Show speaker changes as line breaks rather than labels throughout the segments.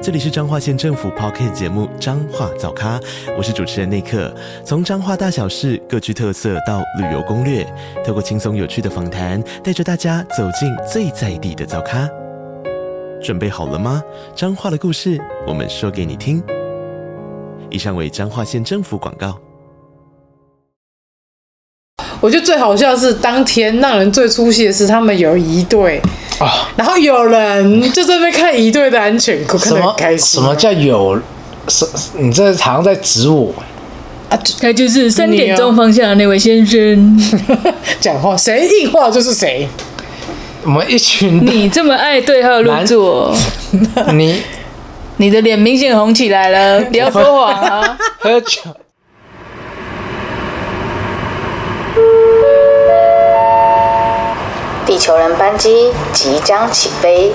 这里是彰化县政府 p o c k t 节目《彰化早咖》，我是主持人内克。从彰化大小事各具特色到旅游攻略，透过轻松有趣的访谈，带着大家走进最在地的早咖。准备好了吗？彰化的故事，我们说给你听。以上为彰化县政府广告。
我觉得最好笑的是当天让人最出戏的是，他们有一对，
啊，
然后有人就在那边看一对的安全裤，看
什
得
么
很开心。啊
什么叫有？什你这好像在指我，
啊？就
他哎就是三点钟方向的那位先生。
哦讲话谁硬话就是谁。
我们一群
你这么爱对号入座，
你
你的脸明显红起来了，不要说谎啊！
喝酒，
地球人班机即将起飞，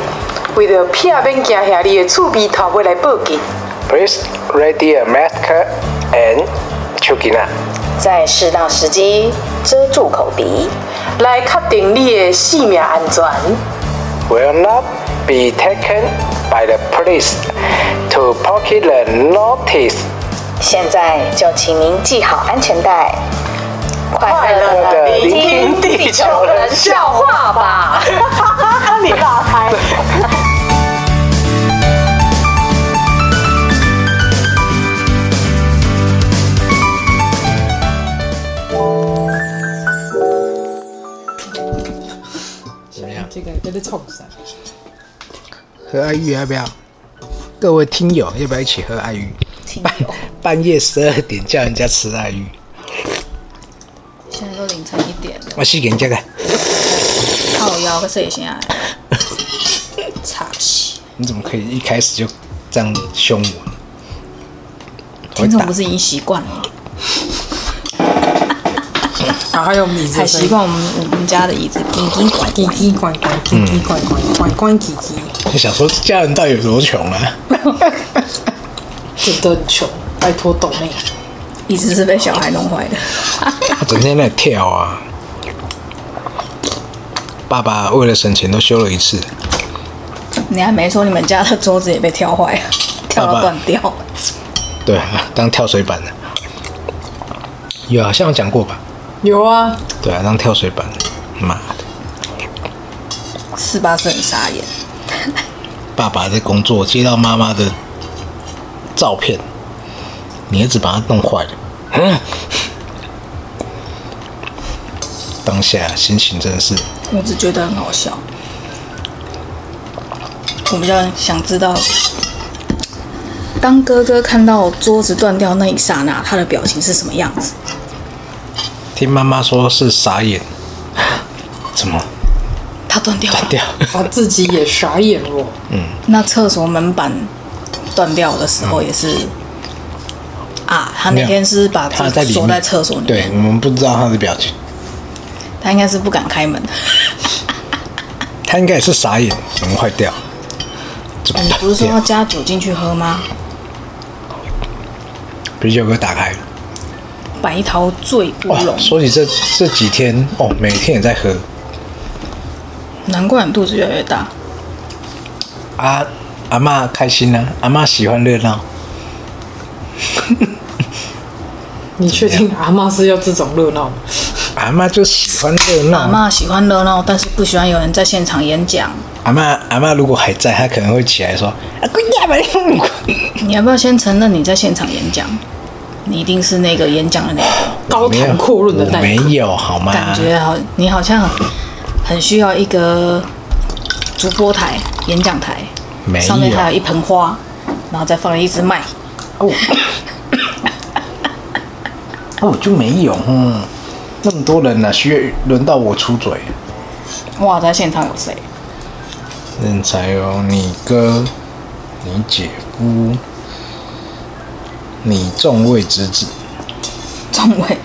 为着避免惊吓你的厝边头尾来报警。
Please ready a mask and chukina.
在适当时机遮住口鼻。
来确定你的性命安全。
Will not be taken by the police to pocket the notice.
现在就请您系好安全带，快
乐
地
地
聆
听地球人笑
话吧。
你打开。
怎么样？
这个在在冲
啊
啥？
喝爱玉要不要？各位听友，要不要一起喝爱玉？半半夜十二点叫人家吃爱玉，
现在都凌晨一点了，
我去给人家看。
靠腰可谁先来？插旗，
你怎么可以一开始就这样凶我呢？我
听众
打
不是已经习惯 了，
然后还有米
才
的
习
声音。
惯我们我们家的椅子叮叮拐
叽
拐。
叽怪怪，叽叽怪怪，怪怪叽叽，
我想说家人到底有多穷啊？
真的很穷，拜托哎抖妹。
椅子是被小孩弄坏的。
他整天在那里跳啊！爸爸为了省钱都修了一次，
你还没说你们家的桌子也被跳坏了，跳到断掉。
对啊，当跳水板的，有好像有讲过吧？
有啊，
对啊，当跳水板的，妈的，
四八岁很傻眼，
爸爸在工作，接到妈妈的照片，你儿子把它弄坏了，嗯，当下心情真的是
我只觉得很好笑。我比较想知道，当哥哥看到桌子断掉那一刹那，他的表情是什么样子？
听妈妈说是傻眼，怎么
他断掉了。
掉？
他自己也傻眼了。
那厕所门板断掉的时候也是、啊，他那天是把
嗯他
自
在
己
里
锁
面，
在厕所里
对
面，
我们不知道他的表情，
他应该是不敢开门。
他应该也是傻眼，怎么坏掉？怎么
哦你不是说要加酒进去喝吗？
啤酒给我打开了。
白桃醉乌
哇，
龙，
说起这这几天哦，每天也在喝
难怪你肚子越来越大。
啊。阿妈开心啊，阿妈喜欢热闹，
你确定阿妈是要这种热闹吗？
阿妈就喜欢热闹。
阿妈喜欢热闹，但是不喜欢有人在现场演讲。
阿妈阿妈如果还在，她可能会起来说：“啊，滚呀吧你！”
你要不要先承认你在现场演讲？你一定是那个演讲的那个，
高
没有
谈阔论的
我
那
没
一刻，
有好吗？
感觉好，你好像很很需要一个主播台、演讲台，
没有
上面还有一盆花，然后再放一支麦。哦
那哦我就没有，嗯，那么多人呢、啊需要轮到我出嘴？
哇，在现场有谁？
人才有哦你哥、你姐夫、你众位之子，
中位，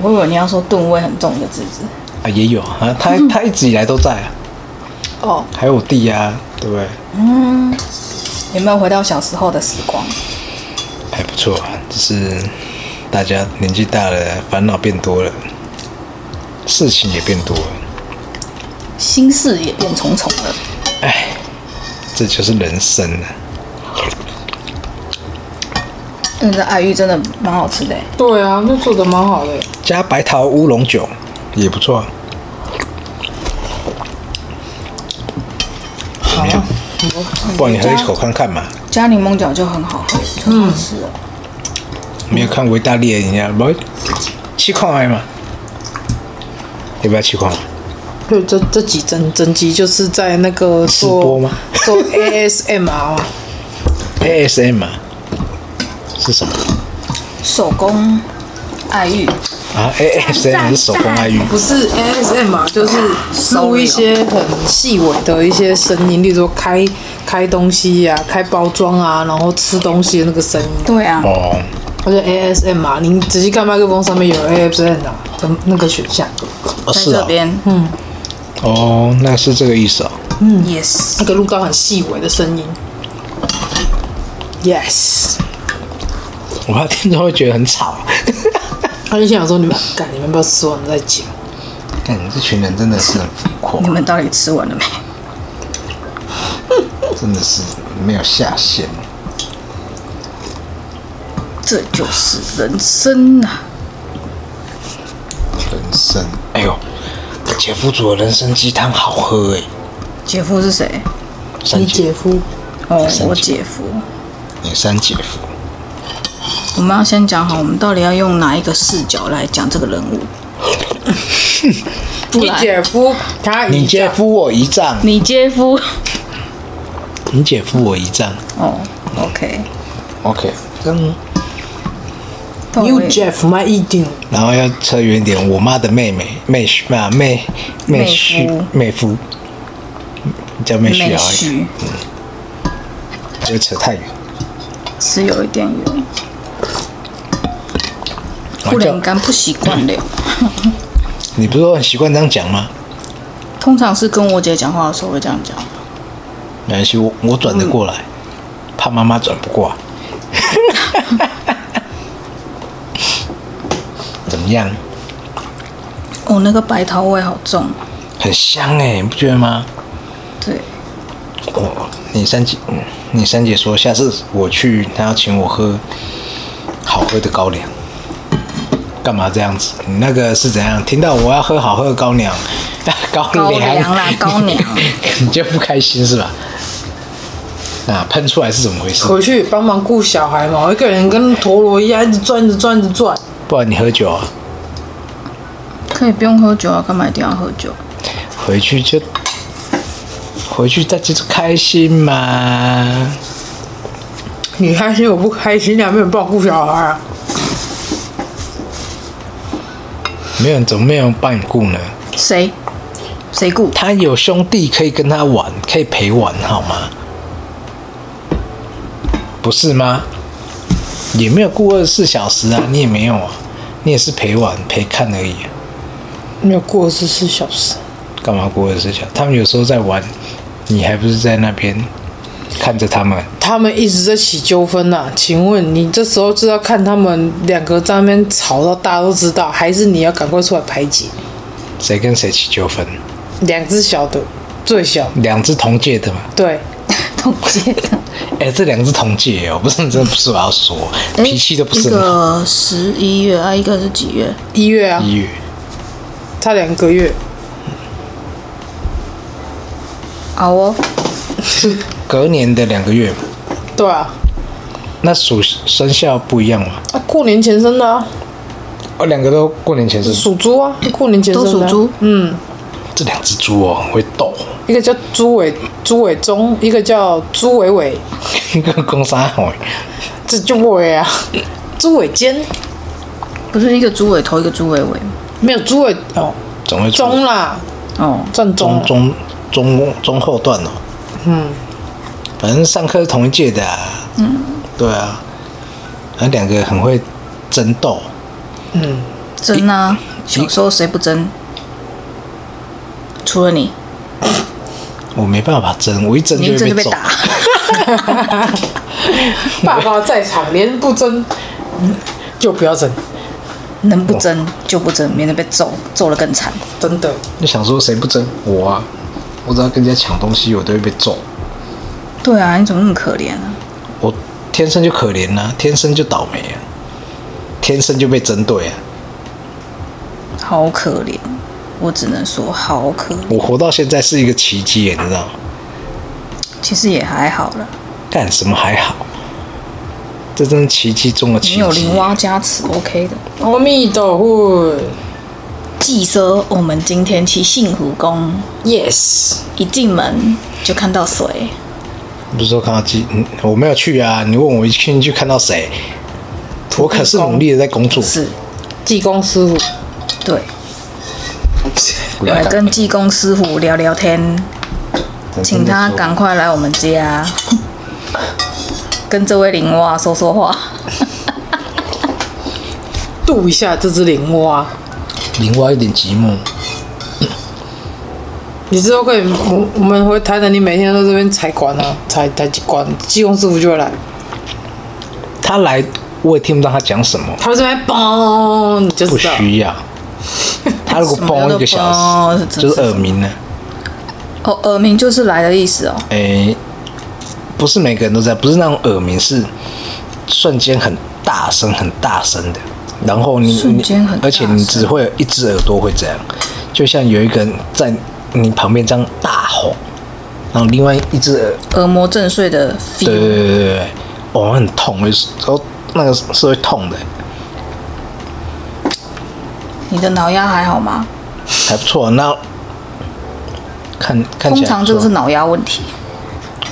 我以为你要说吨位很重的字子，
啊，也有啊，他他一直以来都在啊，
哦，
还有我弟啊，对不对？
有没有回到小时候的时光？
还不错啊，只是大家年纪大了，烦恼变多了，事情也变多了，
心事也变重重了。
哎，这就是人生啊。
嗯，这爱玉真的蛮好吃的欸，
对啊，那做的蛮好的。
加白桃乌龙酒也不错啊，
好啊，
不然你喝一口看看嘛。
加柠檬角就很好喝，就很好吃了。
没有看过意大利的人家，不七块嘛？要不要七块？
就这这几整整集就是在那个
直
做
播吗
做 ASMR 嘛
ASM 啊，是什么
手工爱玉，
啊？ASM 是手工爱玉，
不是 ASMR，就是啊录一些很细微的一些声音，例如说开开东西呀、开包装啊，然后吃东西的那个声音。
对啊，
哦，
或者 ASMR，你啊仔细看麦克风上面有 ASMR 的啊那个选项，
哦
在
是
这
哦，
边，
嗯
哦，那是这个意思哦。
嗯，yes，
那个录到很细微的声音。Yes，
我怕听众会觉得很吵，
他就想说你们干，你们要不要吃完再讲？
看你们这群人真的是很浮夸
你，们到底吃完了没？
真的是没有下限。
这就是人生啊！
人生，哎呦，姐夫煮的人参鸡汤好喝哎、
姐夫是谁？
三
你
姐，
姐夫
哦
三姐，
我姐夫。
你三姐夫，
我们要先讲好，我们到底要用哪一个视角来讲这个 人物？不
你
然
姐夫他
你姐夫我一丈，
你姐夫？
你姐夫我一丈
哦，OK，
，OK，嗯，
但我
You
也
Jeff my eating，
然后要扯远一点，我妈的妹妹妹婿啊妹妹婿妹夫，叫妹
妹
婿好一点，
婿
不会扯太远。
是有一点远，
我
不
叫
然干不习惯了。
哦你不是说很习惯这样讲吗？
通常是跟我姐讲话的时候会这样讲，
没关系，我我转得过来，怕妈妈转不过、 啊。怎么样？
哦，那个白桃味好重，
很香哎、你不觉得吗？
对，
我你三姐，嗯你三姐说下次我去，她要请我喝好喝的高粱。干嘛这样子？你那个是怎样？听到我要喝好喝的高粱， 高
高
粱
粱啦，高粱，
你就不开心是吧？啊，喷出来是怎么回事？
回去帮忙顾小孩嘛，我一个人跟陀螺一样一直转，一直转，一直转。
不然你喝酒啊，
可以不用喝酒啊，干嘛一定要喝酒？
回去就回去大家就开心嘛。
你开心我不开心，你还没有帮我顾小孩啊？
没有人怎么没有人帮你顾呢？
谁？谁雇？
他有兄弟可以跟他玩，可以陪玩，好吗？不是吗？也没有顾二十四小时啊，你也没有啊，你也是陪玩陪看而已、啊，
没有过二十四小时，
干嘛顾二十四小时？他们有时候在玩，你还不是在那边看着他们？
他们一直在起纠纷呐、请问你这时候就要看他们两个在那边吵到大家都知道，还是你要赶快出来排解？
谁跟谁起纠纷？
两只小的，最小，
两只同届的嘛，
对，
同届的，
哎、这两只同届哦，不是真的不是我要说，
诶
脾气都不是
一
很好。
哎个十一月啊，一个是几月？
一月啊，
一月
差两个月，
好哦，
是隔年的两个月嘛，
对啊，
那属生肖不一样嘛？
啊，过年前生的啊，
哦，两个都过年前生，
属猪啊，过年前生
都
的、啊，
属猪，
嗯，
这两只猪哦，很会斗，
一个叫朱伟朱伟忠，一个叫朱伟伟，
一个公山好，
这就伟啊，朱伟坚
不是一个猪尾头，一个猪尾尾。
没有朱伟哦，
总会出
忠啦，
哦，
正宗
中中中中后段哦。嗯，反正上课是同一届的、啊，嗯，对啊，然后两个很会争斗，
争啊！小时候谁不争？除了你，
我没办法争，我一争
你
就
一
会
真的被
揍。
打。
爸爸在场，连不争嗯就不要争，
能不争就不争，免得被揍，揍了更惨。
真的。
就想说谁不争我啊？我只要跟人家抢东西，我都会被揍。
对啊，你怎么那么可怜啊？
我天生就可怜啊，天生就倒霉啊，天生就被针对啊。
好可怜，我只能说好可怜。
我活到现在是一个奇迹耶，你知道吗？
其实也还好啦，
干什么还好？这真是奇迹中的奇
你
迹。
有林蛙加持，OK 的。
阿弥陀佛
记说我们今天去幸福宫，
，Yes，
一进门就看到谁？
不是说看到鸡，嗯我没有去啊。你问我一进去看到谁？我可是努力的在工作。
是，
济公师傅，
对，我来啊跟济公师傅聊聊天，请他赶快来我们家，跟这位林蛙说说话。
度一下这只灵蛙。
林蛙有点寂寞，
你之后可以，我我们回台南，你每天都这边采管啊，采采几管，济公师傅就会来，
他来我也听不到他讲什么，
他会这边嘣，你就
不
知 道。
需要。他如果
什么叫
蹦一个小时
蹦，这
就是
这
耳鸣啊呢。
哦，耳鸣就是来的意思哦。
诶、不是每个人都在，不是那种耳鸣，是瞬间很大声、很大声的。然后你
瞬间很
你
大声
而且你只会有一只耳朵会这样，就像有一个人在你旁边这样大吼，然后另外一只耳，
耳膜震碎的
对对
feel，
对对对对，哦，很痛，有时候那个是会痛的，
你的脑压还好吗？
还不错。那看看起
通
来
常
不错
这个是脑压问题，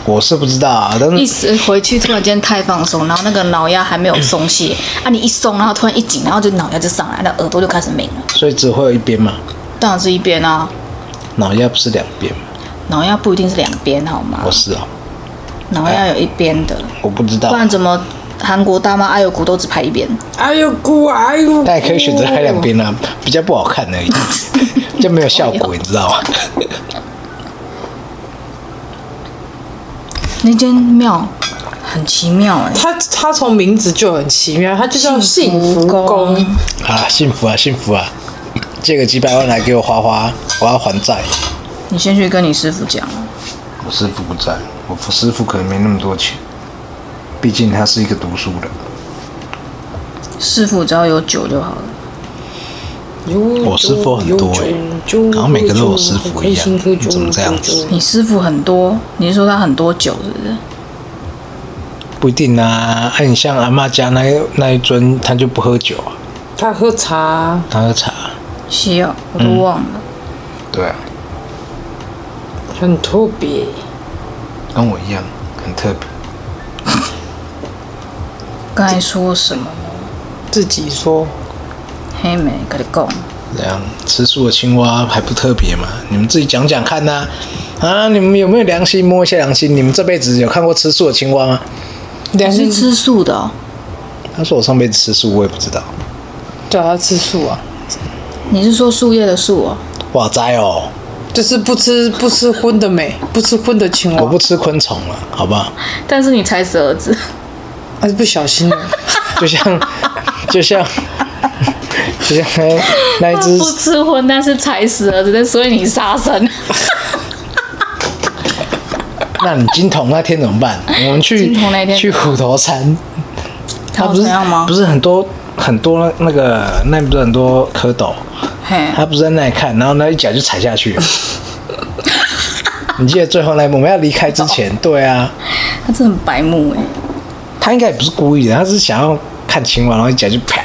我是不知道啊，但
一
是
时回去突然间太放松，然后那个脑压还没有松懈，啊，你一松，然后突然一紧，然后就脑压就上来，那耳朵就开始鸣了。
所以只会有一边嘛，
当然是一边啊，
脑压不是两边嘛，
脑压不一定是两边好吗
我？是哦，
脑压有一边的，
我不知道
不，然怎么韩国大妈爱有骨都只拍一边？
哎呦姑啊，哎呦，
但也可以选择开两边啊，比较不好看而已， 比较没有效果，你知道吗？
那间庙很奇妙哎、
他他从名字就很奇妙，他就叫幸福宫。
啊，幸福啊，幸福啊！借个几百万来给我花花，我要还债。
你先去跟你师傅讲啊，
我师傅不在，我师傅可能没那么多钱，毕竟他是一个读书人。
师傅只要有酒就好了。
我师傅很多欸好像每个都有师傅一样你怎么这样子
你师傅很多，你是说他很多酒是不是？
不一定啊，按、你像阿妈家那一那一尊，他就不喝酒啊，
他喝茶，
他喝茶。啊
是哦，我都忘了。
对啊，
很特别。
跟我一样，很特别。
刚、才说什么？
自己说，
黑妹跟你讲，
怎样？吃素的青蛙还不特别吗？你们自己讲讲看呐、啊！你们有没有良心？摸一下良心！你们这辈子有看过吃素的青蛙吗？
良
你是
心
吃素的哦？
他说我上辈子吃素，我也不知道。
叫他吃素啊，
你是说树叶的树哦？
哇哉哦！
就是不吃不吃荤的美，不吃荤的青蛙。
我不吃昆虫了，好吧？
但是你才是儿子，
还是不小 心的，
就像， 就像，就像那一
他
只
不吃荤，但是才死儿子，但所以你杀生。
那你金童那天怎么办？我们去
金童那天
去虎头山，
他
它
有
不是
怎样吗
不是很多很多那个那不是很多蝌蚪，
嘿，
他不是在那里看，然后那一脚就踩下去了。你记得最后那一幕，我们要离开之前，对啊，
他真的很白目哎。
他应该也不是故意的，他是想要看青蛙，然后一脚就啪，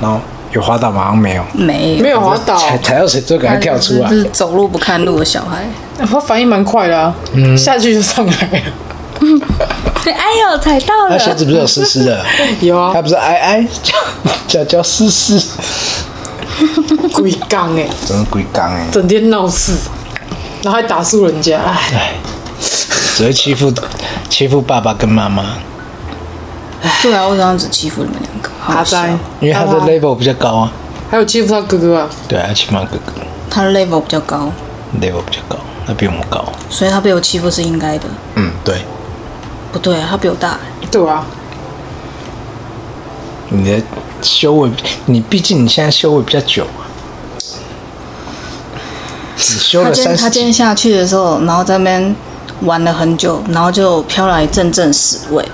然后有滑倒吗？好像没有，
没有，
没有滑倒，
踩踩到水之后赶快跳出
他
来
就。是走路不看路的小孩。
他反应蛮快的啊，
嗯
下去就上来了。
哎呦，踩到
他鞋
了！
子不是有湿湿的，
有啊
他，不是哎哎脚脚脚湿湿，
鬼刚哎，
真是鬼刚哎，
整天闹事，然后还打输人家，哎，
哎，只会欺负欺负爸爸跟妈妈，
对啊，我怎么只欺负你们两个？好
阿
好笑
呆，
因为他的 level 比较高啊，
还有欺负他哥哥啊，
对啊，欺负他哥哥，
他 level 比较高，
level 比较高，他比我们高。
所以他被我欺负是应该的。
嗯，对。
不对啊，他比我大、欸。
对啊。
你的修为，你毕竟你现在修为比较久啊。你修
他
了
今天
三
他
十
今天
几，
下去的时候，然后在那边玩了很久，然后就飘来一阵阵屎 味，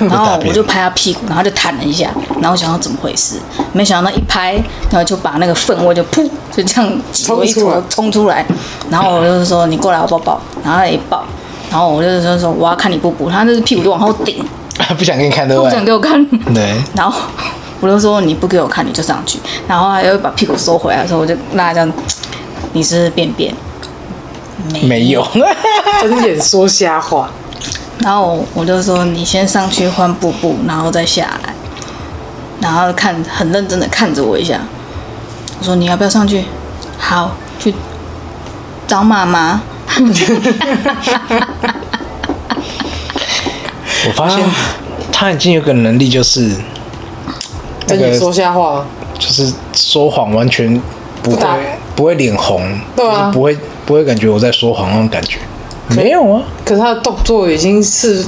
然后我就拍他屁股，然后就弹了一下，然后想要怎么回事，没想到一拍，然后就把那个粪味就噗就这样挤我一坨冲出来，然后我就说你过来我抱抱，然后他也抱，然后我就是说我要看你不补，他就是屁股就往后顶，
不想给你看对
不
吧？
想给我看。
对，
然后我就说你不给我看你就上去，然后他又把屁股收回来的时候，我就拉这样，你是不是便便，
没有。
睁眼说瞎话，
然后我就说你先上去换布布，然后再下来，然后看很认真的看着我一下，我说你要不要上去？好，去找妈妈。
我发现他已经有个能力，就是
睁眼说瞎话，啊
就是说谎完全不
不
会
打
不会脸红，
对啊
就是不会不会感觉我在说谎那种感觉，没有啊。
可是他的动作已经是，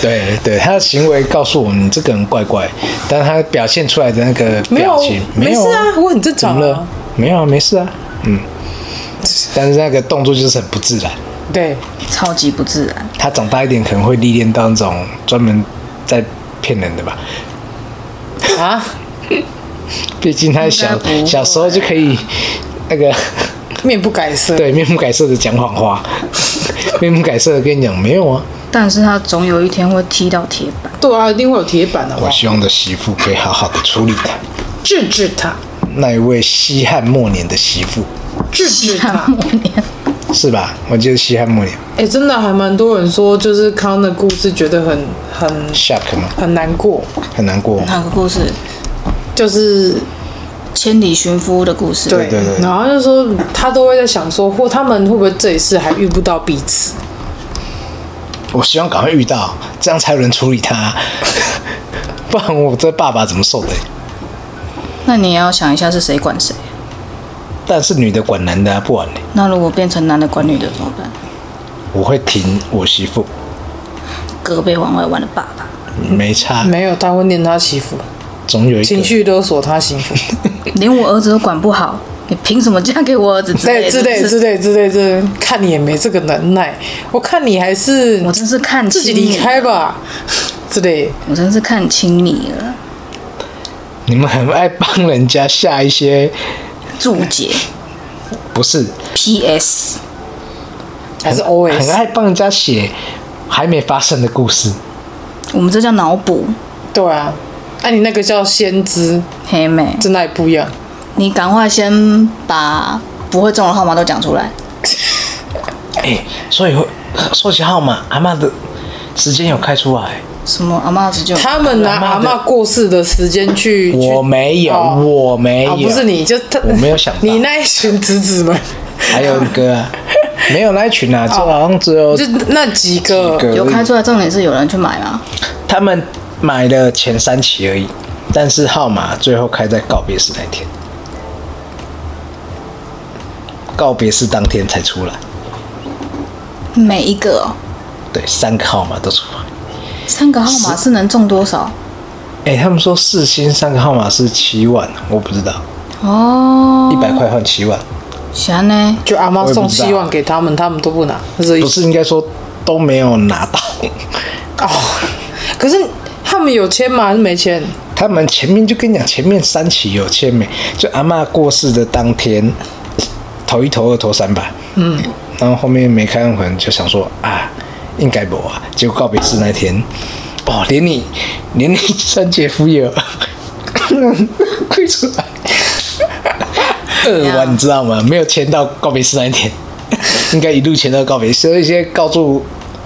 对对，他的行为告诉我们这个人怪怪，但他表现出来的那个
没
表
有
情，没
没
有
事啊，我很正
怎
常
么了
啊，？
没有啊，没事啊，嗯。但是那个动作就是很不自然。
对，
超级不自然，
他长大一点可能会历练到那种专门在骗人的吧。
啊，
毕竟他
应
小
该不会啊
小时候就可以那 个
面不改 色，
对面不改色的讲谎话， 面不改色的跟你讲没有啊。
但是他总有一天会踢到铁板。
对啊，一定会有铁板的，
我希望我的媳妇可以好好的处理他，
制止他，
那一位西汉末年的媳妇
制止他
看。我脸，
是吧？我记得西汉末年
哎、真的还蛮多人说，就是看到那故事觉得很很
shock 吗？
很难过，
很难过。哦
哪个故事？
就是
千里寻夫的故事。
对
对对
然后就说他都会在想说，或他们会不会这一次还遇不到彼此？
我希望赶快遇到，这样才有人处理他， 不然我这爸爸怎么受得了？
那你也要想一下是谁管谁。
但是女的管男的、啊，不管、
那如果变成男的管女的怎么办？
我会挺我媳妇，
胳膊往外弯的爸爸，
没差，
没有，他会念他媳妇，
总啊有一个
情绪勒索他媳 妇，
连我儿子都管不好，你凭什么嫁给我儿子之
对
类的？
之类之类之类之类，看你也没这个能耐，我看你还是
我真是看
自己
清
离
你
开吧，之类。
我真是看清你了，
你们很爱帮人家下一些，
注解
不是
PS
还是
很
always
爱帮人家写还没发生的故事。
我们这叫脑补，
对啊，那、你那个叫先知，
黑妹，
真的也不一样。
你赶快先把不会中的号码都讲出来。
哎、所以会说起号码，阿妈的时间有开出来，
什么阿妈子就
他们拿阿
阿嬷的
妈过世的时间去，去
我没有，
哦
我没有、
啊，不是你，就他，
我没有想到
你那一群侄子们，
还有一个、 啊、没有那一群啊，就好像只有
就那几个，
个
有开出来，重点是有人去买吗？
他们买了前三期而已，但是号码最后开在告别式那天，告别式当天才出来，
每一个、哦、
对，三个号码都出来。
三个号码是能中多少？
哎、他们说四星三个号码是七万，我不知道，
哦，
一百块换七万，
啥呢？
就阿妈
我也
送
不知道
希望给他们，他们都不拿，是这意
不
思
是应该说都没有拿到。
哦。可是他们有签吗？还是没签？
他们前面就跟你讲，前面三期有签没？就阿嬷过世的当天，头一、头二、头三吧。嗯。然后后面没开完，可能就想说啊，应该不啊。结果告别式那天，哦，连你连你三姐夫也有 亏出来二万，你知道吗？没有签到告别式那一天，应该一路签到告别式。所以现在告诉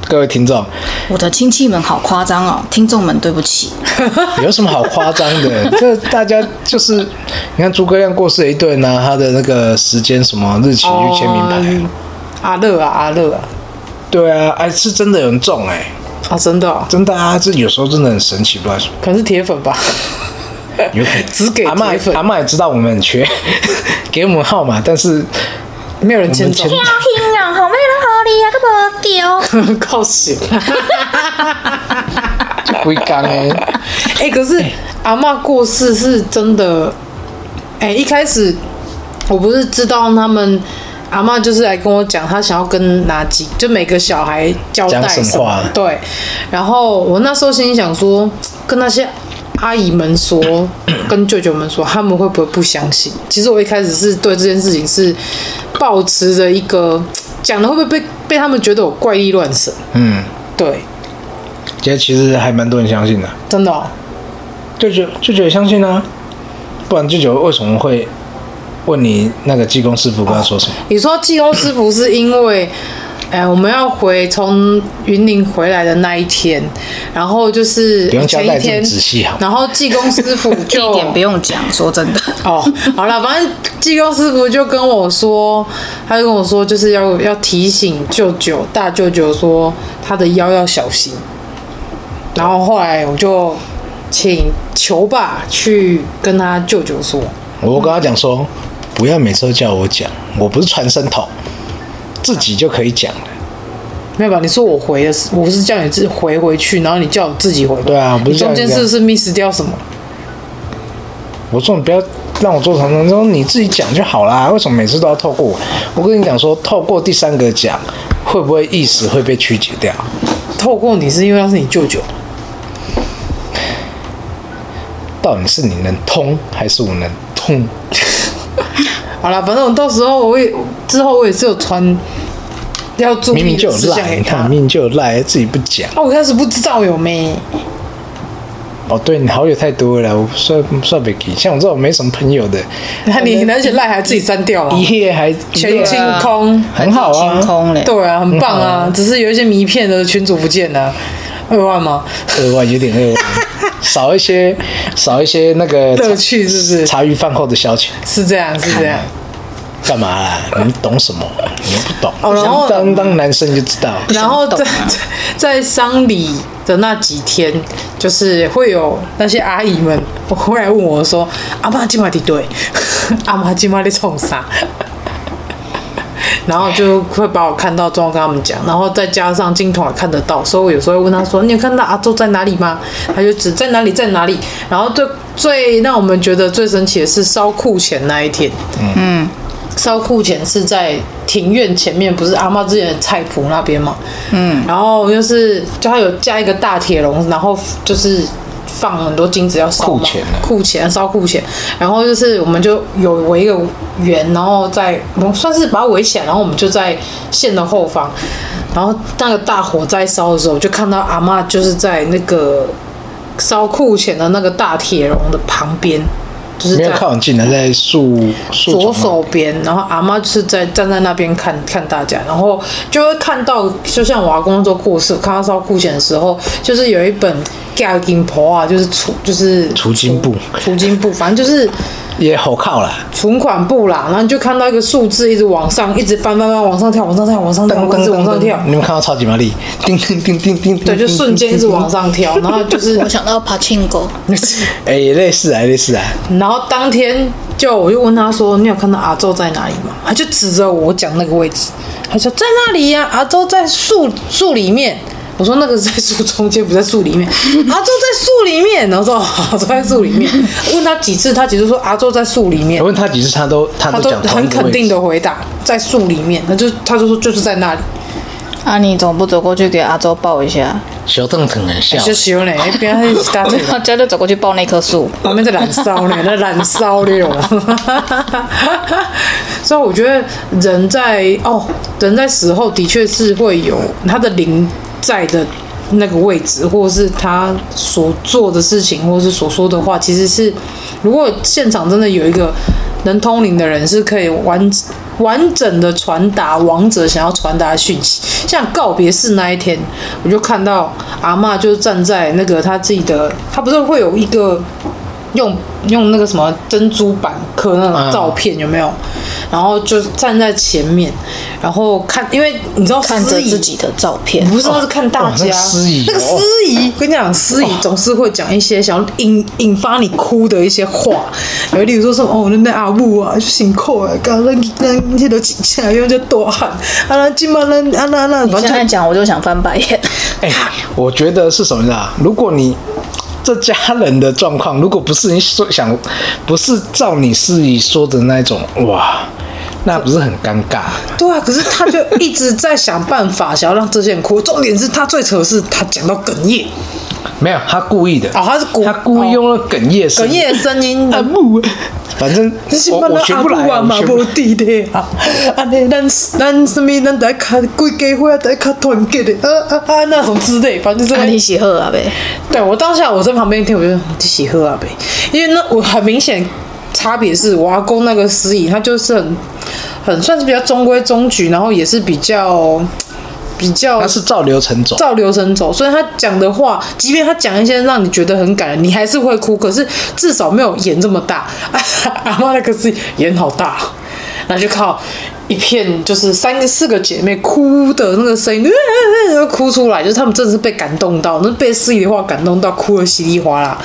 各位听众，
我的亲戚们好夸张哦，听众们对不起，
有什么好夸张的？ 这大家就是，你看诸葛亮过世也一顿拿他的那个时间什么日期
哦
去签名牌、
嗯
啊，
阿乐啊，阿乐啊，
对啊，哎，是真的有人中哎、
啊，真的、啊，
真的啊，这有时候真的很神奇，不知道为什么，
可能是铁粉吧。
有可能
哎只给
阿嬷
铁粉
阿嬷也知道我们很缺，给我们号码，但是
没有人牵走
我，们
听啊，好妹人好你啊，个无丢。
靠死！
龟缸哎，
哎、可是阿嬷过世是真的，哎、一开始我不是知道他们阿嬷就是来跟我讲，她想要跟哪几，就每个小孩交代
讲什么
什么，
话
对。然后我那时候心里想说，跟那些阿姨们说， 跟舅舅们说，他们会不会不相信？其实我一开始是对这件事情是抱持着一个讲的会不会被被他们觉得我怪力乱神？
嗯，
对，
其实其实还蛮多人相信的，
真的、哦。
舅舅舅舅也相信啊，不然舅舅为什么会问你那个技工师傅跟他说什么？
你说济公师傅是因为，哎，我们要回从云林回来的那一天，然后就是
不用交
前
代
一天
这么仔细好啊吗
然后济公师傅
地
就
点不用讲，说真 的，
哦，好了，反正济公师傅就跟我说，他就跟我说，就是要要提醒舅舅大舅舅说他的腰要小心。然后后来我就请球爸去跟他舅舅说，
我跟他讲说，不要每次都叫我讲，我不是传声筒，自己就可以讲了。
没有吧？你说我回的时，我是叫你自己回回去，然后你叫我自己回吧。
对啊不是
你中间
叫你这样
是不是 miss 掉什么？
我说你不要让我做传声筒，你自己讲就好啦。为什么每次都要透过我？我跟你讲说，透过第三个讲，会不会意识会被曲解掉？
透过你是因为他是你舅舅，
到底是你能通还是我能通？
好啦，反正我到时候我也之后我也是有传要注
明
意
明就
的
有
事项
赖，
给
你看
他。啊
明明就有赖，自己不讲。
啊，我一开始不知道有 没，
哦，对你好友太多了，我算算不给。像我这种没什么朋友的，
那你而且赖还自己删掉了
一，夜还啊
全清空，
很好
清
啊，
空嘞。
对啊，很棒啊，只是有一些名片的群主不见了，二万吗？
额外有点额外， 少一些少一些那个
乐趣是不是
茶余饭后的消遣，
是这样，是这样。
干嘛啦？你们懂什么？你们不懂。
哦然后
当当男生就知道，
然后在在丧礼的那几天，就是会有那些阿姨们会来问我说：“阿妈今晚的对， 阿妈今晚在冲啥？” 然后就会把我看到状况跟他们讲，然后再加上镜头也看得到，所以我有时候会问他说：“你有看到阿周在哪里吗？”他就指在哪里在哪里。然后最最让我们觉得最神奇的是烧库前那一天，烧库前是在庭院前面，不是阿妈之前的菜圃那边嘛？嗯，然后就是就它有架一个大铁笼，然后就是放很多金子要烧嘛
库钱啊
库钱烧库钱，然后就是我们就有围一个圆，然后在我们算是把它围起来，然后我们就在线的后方，然后那个大火在烧的时候，我就看到阿妈就是在那个烧库前的那个大铁笼的旁边，就是
没
在
有靠很近的，在树树丛
左
啊
手边，然后阿妈就是在站在那边看看大家，然后就会看到，就像我阿公做故事，我看他烧库钱的时候，就是有一本嫁金婆啊，就是储就是
储金簿
储金簿，反正就是
也好靠啦，
存款簿啦，然后你就看到一个数字一直往上，一直翻翻翻往上跳，往上跳，往上跳，一直往上跳，
你们看到超级玛丽，叮叮叮叮叮，
对，就瞬间一直往
上。
上跳，然后就是
我想到 Pachinko，
哎，类似啊，类似啊，
然后当天就我就问他说：“你有看到阿周在哪里吗？”他就指着我讲那个位置，他说：“在那里呀、阿周在树树里面。”我说：“那个是在树中间，不在树里 面。”阿周在树里面，然后说：“ 哦阿周在树里面。”问他几次，他几次说：“阿周在树里面
我。问他几次，他都”他
他
都
都
讲同一
很
个
肯
位置
定的回答：“在树里面。”那就他就说：“就是在那里。
啊，你总不走过去给阿周抱一 下？
小邓疼很”笑
就喜欢嘞，不要一起搭腿。
他家就走过去抱那棵树。
旁边在燃烧呢，在燃烧了。 所以我觉得人在哦，人在死后的确是会有他的灵在的那个位置，或者是他所做的事情，或者是所说的话，其实是如果现场真的有一个能通灵的人，是可以完完整的传达王者想要传达的讯息。像告别式那一天，我就看到阿嬷就站在那个她自己的，她不是会有一
啊
个用用那个什么珍珠板刻那种照片，有没有？然后就站在前面，然后看，因为你知道
看着
司仪
自己的照片，
不是，那是看大
哦那
家。
个司仪
那个
哦
司仪，我跟你讲，司仪总是会讲一些想要引引发你哭的一些话，然后例如说什么哦，那那阿母啊，就辛苦啊，刚那那那都请假，因为就大汉，啊那今嘛那啊那那，
你
反
现
正
在讲我就想翻白 眼。
哎、我觉得是什么呢？如果你这家人的状况，如果不是你所想，不是照你自己说的那种，哇，那不是很尴尬？
对啊，可是他就一直在想办法，想要让这些人哭。重点是他最扯的是他讲到哽咽，
没有，他故意的。
哦他是故
他故意用了哽咽声。
哽咽的声音。
阿木，反正
你是
我
捌
我
咱
学
阿
不来
母
啊，
啊
我
嘛
学不
无
来。
伫咧啊，安尼咱咱什物咱在较规家伙在较团结的，啊啊啊那种之类，反正这
那你
个。
喜喝啊呗？
对我当下我在旁边听，我就喜喝啊呗，因为那我很明显差别是我阿公那个司仪，他就是很很算是比较中规中矩，然后也是比较比较
他是照流程走，
照流程走，所以他讲的话，即便他讲一些让你觉得很感人，你还是会哭。可是至少没有演这么大。 阿妈那个是演好大，那就靠一片就是三个四个姐妹哭的那个声音， 哭出来，就是她们真的是被感动到，那被司仪的话感动到哭的稀里哗啦。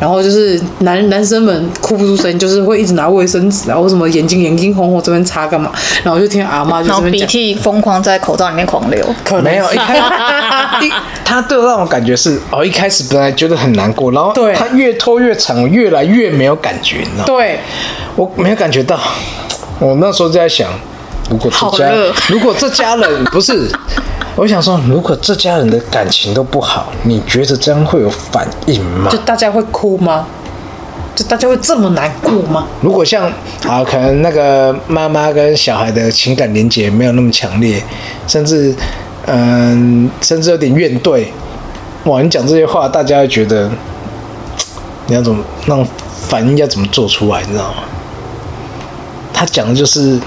然后就是男男生们哭不出声，就是会一直拿卫生纸啊，或什么眼睛眼睛红红这边擦干嘛，然后我就听阿妈就
然
这
后
边
鼻
讲，
涕疯狂在口罩里面狂流，
可能
没有
是
一 开一他对我让我感觉是哦，一开始本来觉得很难过，然后
对
他越拖越长，我越来越没有感觉，你知道吗？
对。
我没有感觉到。我那时候就在想，如果这家
好热
如果这家人不是，我想说，如果这家人的感情都不好，你觉得这样会有反应吗
就？大家会哭吗？就大家会这么难过吗？
如果像啊，可能那个妈妈跟小孩的情感连接没有那么强烈，甚至嗯，甚至有点怨怼。哇，你讲这些话，大家会觉得嘖你要怎么那种反应要怎么做出来，你知道吗？他讲的就是，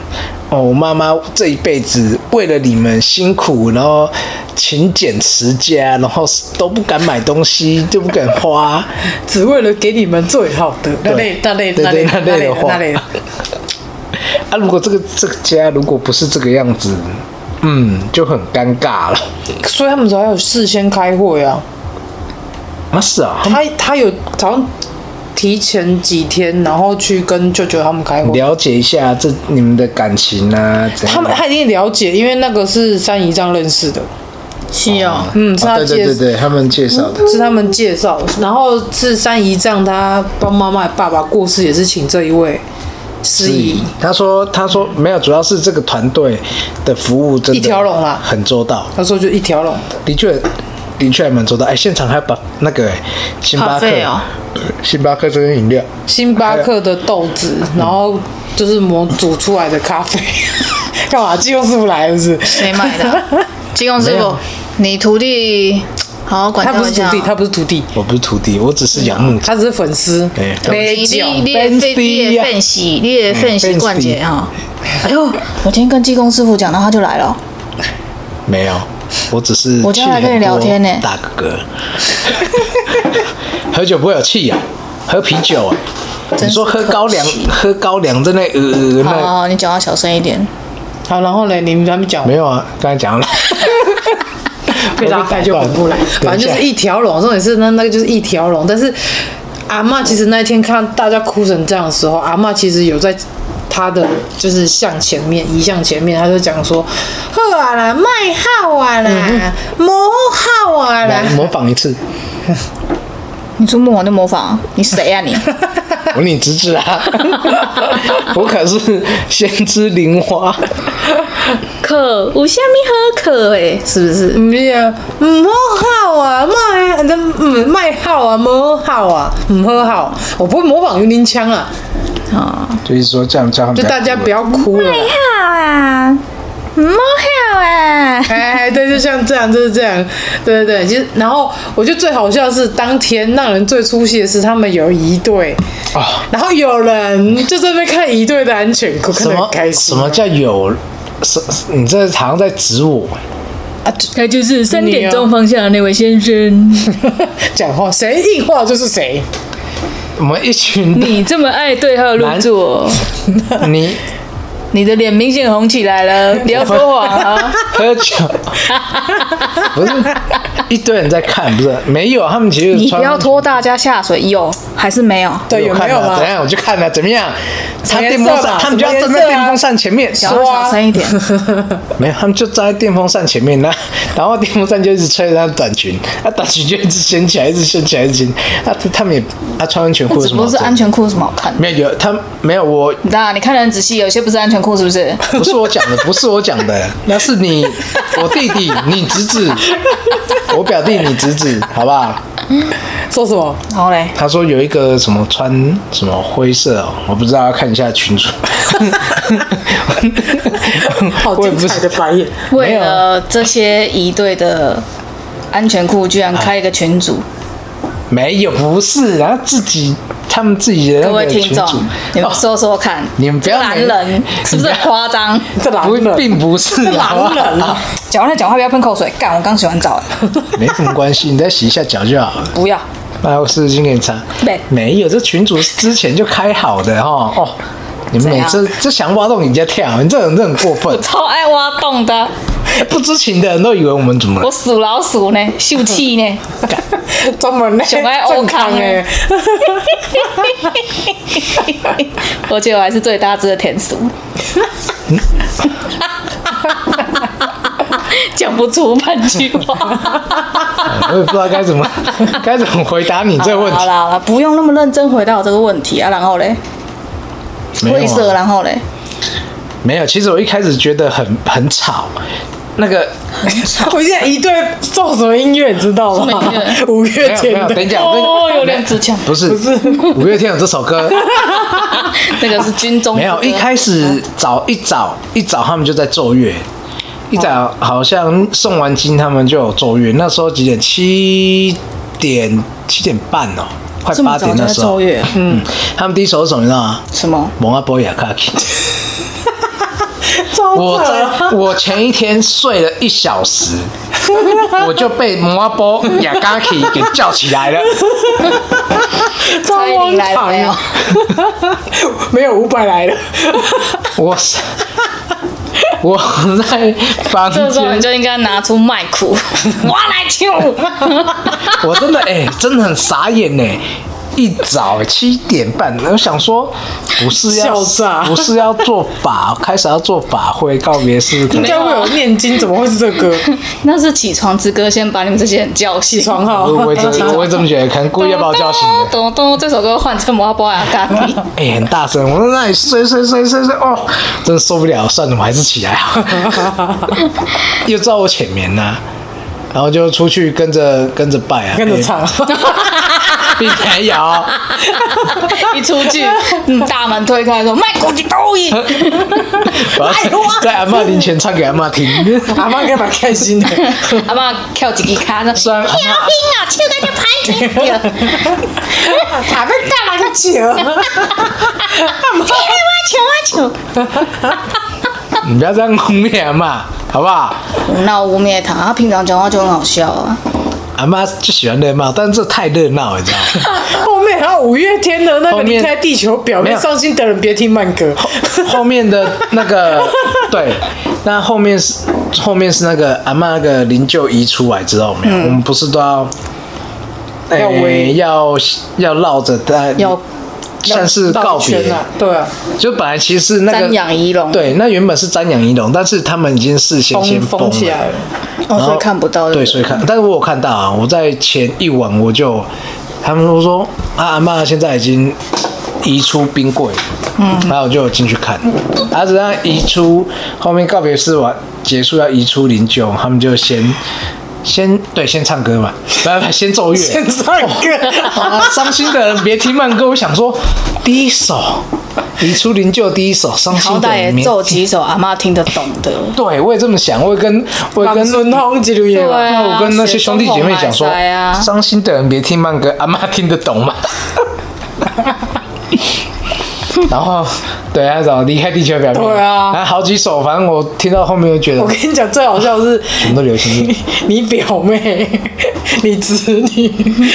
哦，我妈妈这一辈子为了你们辛苦，然后勤俭持家，然后都不敢买东西，就不敢花。
只为了给你们最好的那类那类
对
那类
对
那类
那类的话
那类的，
啊，如果这个这个家如果不是这个样子，嗯，就很尴尬了。
所以他们才要有事先开会啊。
啊，是啊，他们
他他有好像提前几天，然后去跟舅舅他们开会。
了解一下这你们的感情啊，怎样？
他们他哎一定了解，因为那个是三姨丈认识的，
是 哦，
嗯，是他
啊对
介嗯
对对对，他们介绍的。
是他们介绍，然后是三姨丈他帮妈妈爸爸过世，也是请这一位司仪。
他说：“他说没有，主要是这个团队的服务真的
一条龙啦
很周到，
他说就一条龙的，
的确，的确还蛮周到。哎，现场还把那个哎星巴克
Parfait 哦，
星巴克这些饮料，
星巴克的豆子，然后就是磨煮出来的咖啡。 干嘛？季用师傅来了是不是？
谁买 的？啊金工师
没
傅
有，
你徒弟好好管
他
教
不
一
是
下
徒
哦。
弟，他不是徒弟，
我不是徒弟，我只是仰慕者。
他只是粉丝。
哎
你
酒
你你的分你的分析，你的分析冠杰 啊！哎呦，我今天跟技工师傅讲，然后他就来了。
没有，我只是
我今天来跟你聊天呢
去很多大哥 哥，喝酒不会有气呀、喝啤酒啊。
真
你
是
说喝高粱
可惜，
喝高粱在那呃呃那
好好，好哦你讲话小声一点。
好，然后嘞，你们还没讲完
没，有啊？刚才讲了，
被他带就很不来。
等
反
一
正
下
就是一条龙，重点是那那个就是一条龙。但是阿嬷其实那一天看大家哭成这样的时候，阿嬷其实有在她的就是向前面遗像前面，她就讲说：“好啊啦，卖好啊啦，磨好啊啦
来。”模仿一次，
你说模仿就模仿，你谁 啊你？
我你侄 子啊，我可是先知玲花，
可有虾米好可诶？是不是？
唔是啊，唔好好啊，卖咱唔卖好啊，唔好啊，唔好好。我不会模仿云林腔啊，
就是说这样叫他们
就大家不要哭了啦。
好啊，摸好啊。
哎，对，就像这样，就是这样，对对对。其实，然后我觉得最好笑的是当天让人最出戏的是他们有一对，
啊
然后有人就在那边看一对的安全裤，看
什
得很
么
开心。啊
什么叫有什？你这好像在指我，
他啊就是三
点钟
方向的那位先生。
讲话？谁硬话就是谁。
我们一群
你这么爱对号
入座，你
你的脸明显红起来 了，不要说谎啊！
喝酒，不是一堆人在看，不是没有，他们其实
你
穿
不要拖大家下水，有还是没有？
对，有
看
没有
啊？
啦
怎？样我就看了、怎么样？他
么颜
电风
色
扇，
嘛
他们就要
什
站
么
在
颜色啊
电风扇前面，
讲话小声一点，
没有，他们就站在电风扇前面，然后然后电风扇就一直吹他的短裙，他短裙就一直掀起来，一直掀起来，一直掀。他他们也他穿安全裤有
只
什
不
么
过
好
是
遮？
安全裤有什么好看的？
没有有他没有我
你知道，你看得很仔细，有些不是安全裤，是不是？
不是我讲的，不是我讲的，那是你我弟弟你侄子，我表弟你侄子，好不好？
说什么？
然后嘞，
他说有一个什么穿什么灰色哦，我不知道，要看一下群 主。
好
我也
精
不
彩的
是，
白眼！
为了这些一队的安全裤，居然开一个群组，
没有，不是，然后自己他们自己的
各
那
位
个
听
群
众
主，
你们
哦
说说看，
你们不要
这男
每
人是不是很夸张？
这狼
不
人，
并不是 狼人，好
讲话讲话不要喷口水，干！我刚洗完澡，
不好没什么关系，你再洗一下脚就好了。
不要。
那我湿巾给你擦
没。，
没有，这群主之前就开好的哦哦。你们每次就想挖洞人家跳，你这种这很过分
超爱挖洞的，
不知情的人都以为我们怎么了
我？属老鼠呢，秀气 呢，
专门那
想爱欧
正
康啊
康
呢
哎，。
我觉得我还是最大只的田 鼠。讲不出半句话。
我也不知道该怎么 该怎么回答你这个问
好
题。
啦好啦，不用那么认真回答我这个问题啊。然后嘞，
没有啊
灰色，然后嘞，
没有。其实我一开始觉得很很吵，那个
我现在一对放什么音乐，你知道
什么
吗
音乐？
五
没
月
有没
天
有，
的
等一下，
哦
我跟
有点自强
不是不是，五月天有这首歌。
那个是军中
没有，一开始早一早一早他们就在奏乐，一早好像送完金他们就有奏乐，那时候几点？七点七点半哦，快
这
八
么早
点
就
那
在
时候
奏。乐，
嗯，他们第一首是什么你知道吗？
什么？
蒙阿波雅卡奇。
超
我
扯啊
在我前一天睡了一 小时，我就被蒙阿波雅卡奇给叫起来了。
超
蔡依林
荒
来了
唐
没有
啊！没有五百来了，
我是我在房
这时候
间
你。就应该拿出麦 克，我来唱。
我真的哎、真的很傻眼呢、一早七点半，我想说不是要
笑炸
不是要做法，开始要做法会告别式，可
人
能
家会有念经，怎么会是这个歌？
那是起床之歌，先把你们这些人叫醒。
起床号，
我 我也这我也这么觉得，可能故意要把我叫醒的。
咚咚咚，这首歌换成摩波亚嘎 比。
哎、很大声，我在那里睡睡睡睡睡，哦，真的受不了，算了，我还是起来好。 又知道我浅眠呐、然后就出去跟着跟着拜啊，
跟着 唱，
哎，并没 有。
一出去，嗯，大门推开说卖国际抖音，
我要在阿嬷灵前唱给阿嬷听。
阿妈应该蛮开心的。
阿妈跳几个卡呢，
虽然阿嬷
冰啊，去个就排 队。
阿妹干嘛个球？
哎我球
你不要这样污蔑阿妈，好不好？
我球，闹污蔑他，啊他平常讲话就很好笑啊。
阿妈就喜欢热闹，但这太热闹了，你知道吗？
后面还有五月天的那
后
个
面
离开地球表
没
面
有
伤心的人别听慢歌，
后面的那个对，那后面是后面是那个阿妈那个灵柩移出来之后，没有，我们不是都要哎
要围
要要绕着它，
要
算是告
绕一
别
圈啊，对啊，
就本来其实是那个
瞻仰仪容
对，那原本是瞻仰仪容，但是他们已经事先先
封
封
封起
了
来了。
哦，
然后
所以看不到
对，所以看，但是我有看到啊，我在前一晚我就，他们都说啊，阿妈现在已经移出冰柜，嗯，然后我就有进去看，啊，只要移出后面告别式完结束要移出灵柩，他们就先。先对，先唱歌嘛， 不不，先奏乐，
先 唱歌，
啊，伤心的人别听慢歌。我想说，第一首移出灵柩，第一首伤
好
心的
歹
人
也
别。
奏几首阿妈听得懂的。
对，我也这么想，我也跟我也
跟
跟
孙通一路也
对啊
那我跟那些兄弟姐妹讲
血
说
中红来塞啊，
伤、心的人别听 慢歌，阿妈听得懂吗？然后对，他找离开地球表面。
对啊
然后好几首，反正我听到后面就觉得
我跟你讲，最好笑的是
全部都流行乐。
你表妹、 你侄 女，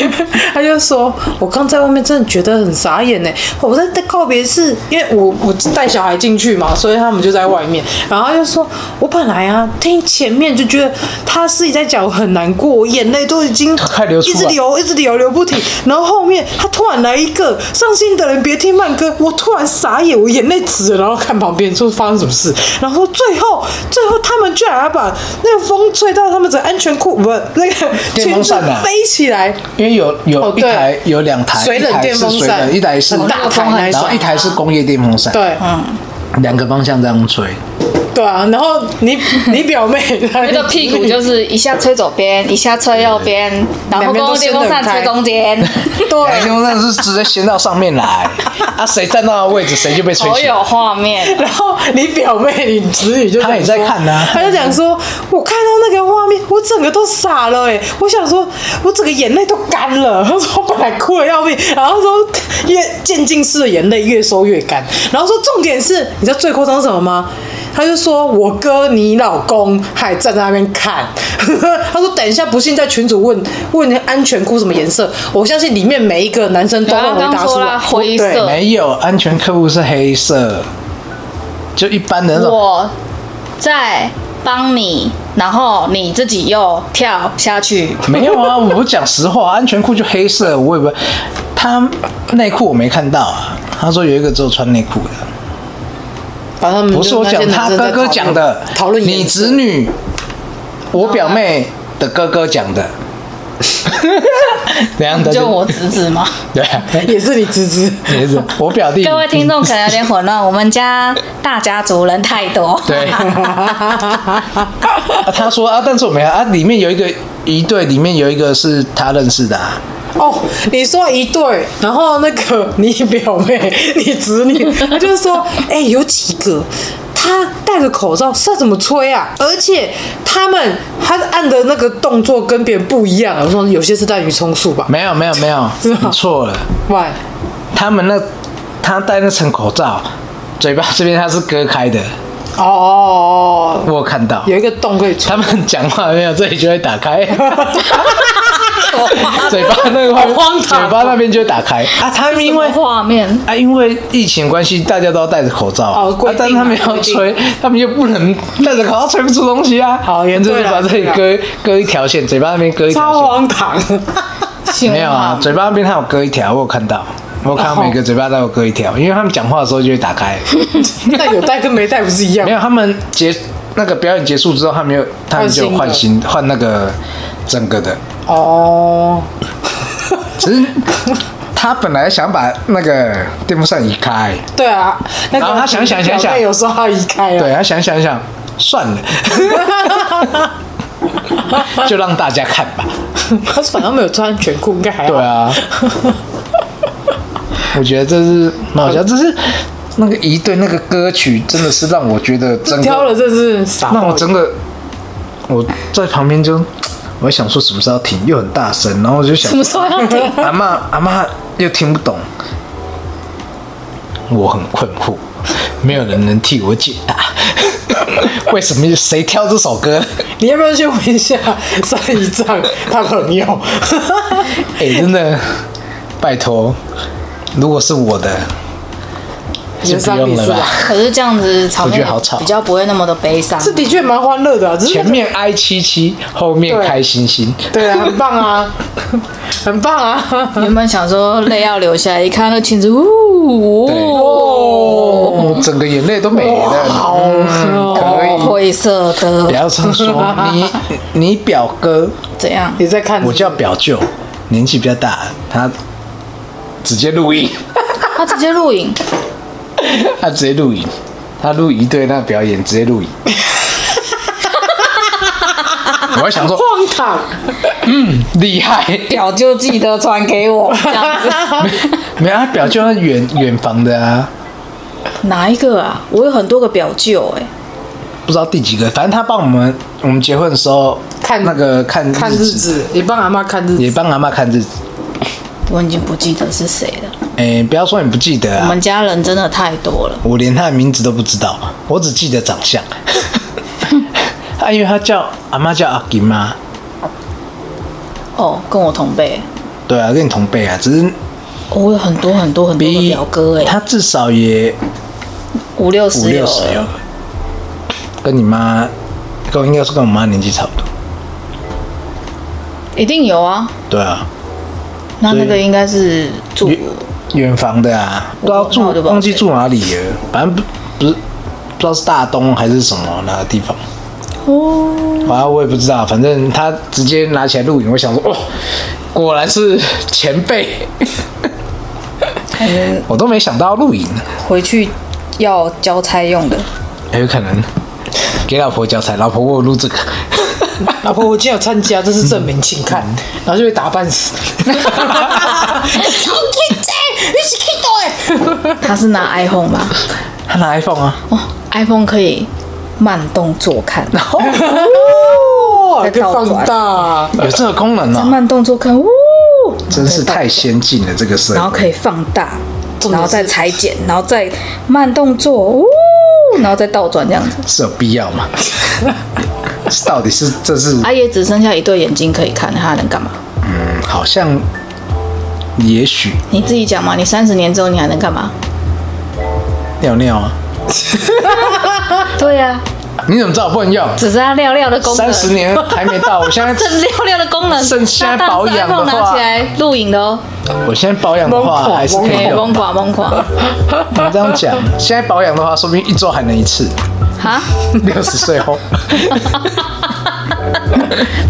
他就说：“我刚在外面真的觉得很傻眼呢。我在在告别式，因为我我带小孩进去嘛，所以他们就在外面。然后他就说，我本来啊听前面就觉得他自己在讲很难过，我眼泪都已经
快流出
一
来
直流一直流流不停。然后后面他突然来一个伤心的人别听慢歌，我突然傻眼，我眼泪直了，然后看旁边说发生什么事。然后最后最后他们居然还把那个风吹到他们的安全裤不是 那个
电
裙
风
子
扇 啊
飞起来。
因为有
哦
有一
对
台有两台，
水冷
一台
电风
是水
扇
冷，一台是
很大台那一
然后
种
一台是工业电风扇，，
对
嗯
两个方向这样吹。
对啊，然后你 你表妹她
那个屁股就是一下吹左边，一下吹右边，然后
两边
公
都
共电风扇
伸得很开
吹中间。
两个
对，
电风扇哎是直接掀到上 面来，啊，谁站到的位置谁就被吹
好
起来。
有画面，
然后你表妹你侄女就
她也
讲
在
说
看啊
她就讲说，我看到那个画面，我整个都傻了哎、我想说，我整个眼泪都干了。她说我本来哭的要命，然后说越渐进式的眼泪越收越干，然后说重点是，你知道最夸张是什么吗？她就说：“我哥，你老公还站在那边看。” 她说：“等一下，不信在群主问问安全裤什么颜色，我相信里面每一个男生都能回
对啊
答
刚
出
说
来。
啦灰
对
色
没有，安全客户是黑色，就一般的那种。
我在帮你，然后你自己又跳下去。
没有啊，我讲实话，安全裤就黑色，我也不，他内裤我没看到啊。他说有一个只有穿内裤的，
把他们
不是我讲，
就是嗯那
他
些男生在
哥哥讲的。
讨论
你
颜色
侄女，我表妹的哥哥 讲的，怎样的？
就我侄子吗？
对啊，
也是你侄子，
也是 我表弟。
各位听众可能有点混乱，我们家大家族人太多。
对，啊他说啊，但是我没看啊，里面有一个一对，里面有一个是他认识的、啊。
哦，你说一对，然后那个 你表妹、你侄女，他就说，哎、有几个他戴着口罩，是要怎么吹啊？而且他们他按的那个动作跟别人不一样啊。我说有些是在于充数吧，
没有没有没有
是吗，
你错了。
喂，
他们那他戴那层口罩，嘴巴这边他是割开的，
哦哦，哦
我有看到。
有一个洞可以吹
他，们讲话没有，这里就会打开。嘴巴那个
好荒唐哦
嘴巴那边就会打开啊！他们因为
什么画面，
啊，因为疫情关系，大家都要戴着口罩啊
哦规
啊
定啊
但是他们要
规定
吹，他们又不能戴着口罩吹不出东西啊。
好也
就
对
是
啦
把这里割割一条线，嘴巴那边割一条
超
线。
荒唐。
没有啊，嘴巴那边他有割一条，我有看到，我有看到每个嘴巴都有割一条，因为他们讲话的时候就会打开。
那有戴跟没戴不是一样
没？有，他们结那个表演结束之后，他们有他们就换
换
新换那个整个的，
哦，
只 是他本来想把那个电风扇移开，
对啊，那个
然后他想想想想
表妹有时候他移开啊了。
对他想想想算了， 就让大家看吧。
可是反正没有穿安全裤，应该还好。
对啊，我觉得这是蛮好笑，这是那个一对那个歌曲真的是让我觉 得整
挑
个
了这是傻
让
帽
我真的我在旁边就。我想说什么时候停，又很大声，然后我就想
什么时候要 停？
阿妈阿妈又听不懂，我很困惑，没有人能替我解答，为什么谁挑这首歌？
你要不要去问一下上一 丈他朋友？
哎、真的，拜托，如果是我的，就不用了
你的上帝是吧
啦。
可是这样子场
我觉
面
得好吵
比较不会那么的悲伤。
这的确蛮欢乐的、啊，只是那
前
个
面哀戚戚，后面
对
开心心，
对啊，很棒 啊，很棒啊！
原本想说泪要流下来，一看那裙子，呜，哦
哦，整个眼泪都没了。嗯，可
哦
以，
灰色
不
的，
要这么说。你你表哥
怎样？
你在看
我叫表舅，年纪比较大，他直接录影，
他直接录影，
他直接录影，他录一对那表演直接 录影。我还想说
荒唐，
厉害，
表就记得传给我，这样子。
没有他表舅他远远房的啊，
哪一个啊？我有很多个表舅哎、
不知道第几个，反正他帮我们我们结婚的时候
看
那个看
看日，子，你帮阿妈看日
也
子，
帮阿妈看日子，
我已经不记得是谁了。
诶，不要说你不记得
我
啊
们，家人真的太多了，
我连他的名字都不知道，我只记得长 相。啊，因为他叫阿妈叫阿金嘛，
哦，跟我同辈，
对啊，跟你同辈啊，只是
哦我有很多很多很多的
比
表哥哎，
他至少也
五六
五
十
哎
有
六十有
了，
了，跟你妈，跟我应该是跟我妈年纪差不多，
一定有啊。
对啊，
那
所以
那个应该是住
远远房的啊，不知道住
那我就不知道
忘记
谁
住哪里了，反正不不是不知道是大东还是什么哪个地方。哦，啊，我也不知道，反正他直接拿起来录影，我想说，哦，果然是前辈，
可能
我都没想到录影，
回去要交差用的。
还有可能给老婆交差，老婆我有录这个，
老婆，我今天有参加，这是证明，请
嗯
看，然后就被打半死。
他是拿 iPhone 吧 哦
他拿 iPhone 啊，
？iPhone 可以慢动作看，
哦，还可以
倒
放
转
大，
有这个功能哦，
慢动作看，呜，
真是太先进了这个设
然后
备。
可以放大，
重点是
然后再裁剪，然后再慢动作，呜，然后再倒转这样子。
是有必要吗？到底是这是
啊，也只剩下一对眼睛可以看，他还能干嘛？
嗯，好像也许
你自己讲嘛，你三十年之后你还能干嘛？
尿尿啊？
对呀、
你怎么知道我不能用？
只剩下尿尿的功能。
三十年还没到，我现 在
剩尿尿的功能，
剩下
那
保养的话
大大 iPhone 拿起来录影的哦，
我现在保养的话还是可以
哎
用
疯。狂疯狂，
你这样讲，现在保养的话，说不定一周还能一次。
哈，
六十岁后，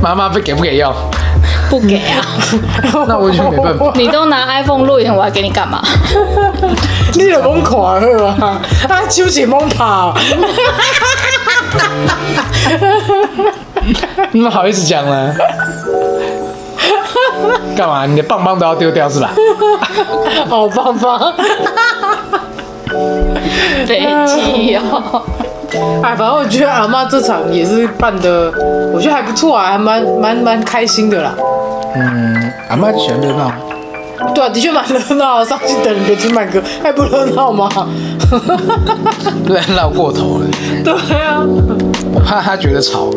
妈妈不给不给用，
不给啊！
那我就没办法。
你都拿 iPhone 录影，我还给你干嘛？
你老公垮了啊！啊，手是蒙跑，
你们好意思讲了？干嘛？你的棒棒都要丢掉是吧？
好棒棒。
飞
哎
机哦，
哎，反正我觉得阿妈这场也是办的，我觉得还不错啊，还蛮蛮蛮开心的啦。
嗯，阿妈喜欢热闹。
对啊，的确蛮热闹的，上去等人别去买歌，还不热闹吗？
热闹过头了，
对啊，
我怕他觉得吵。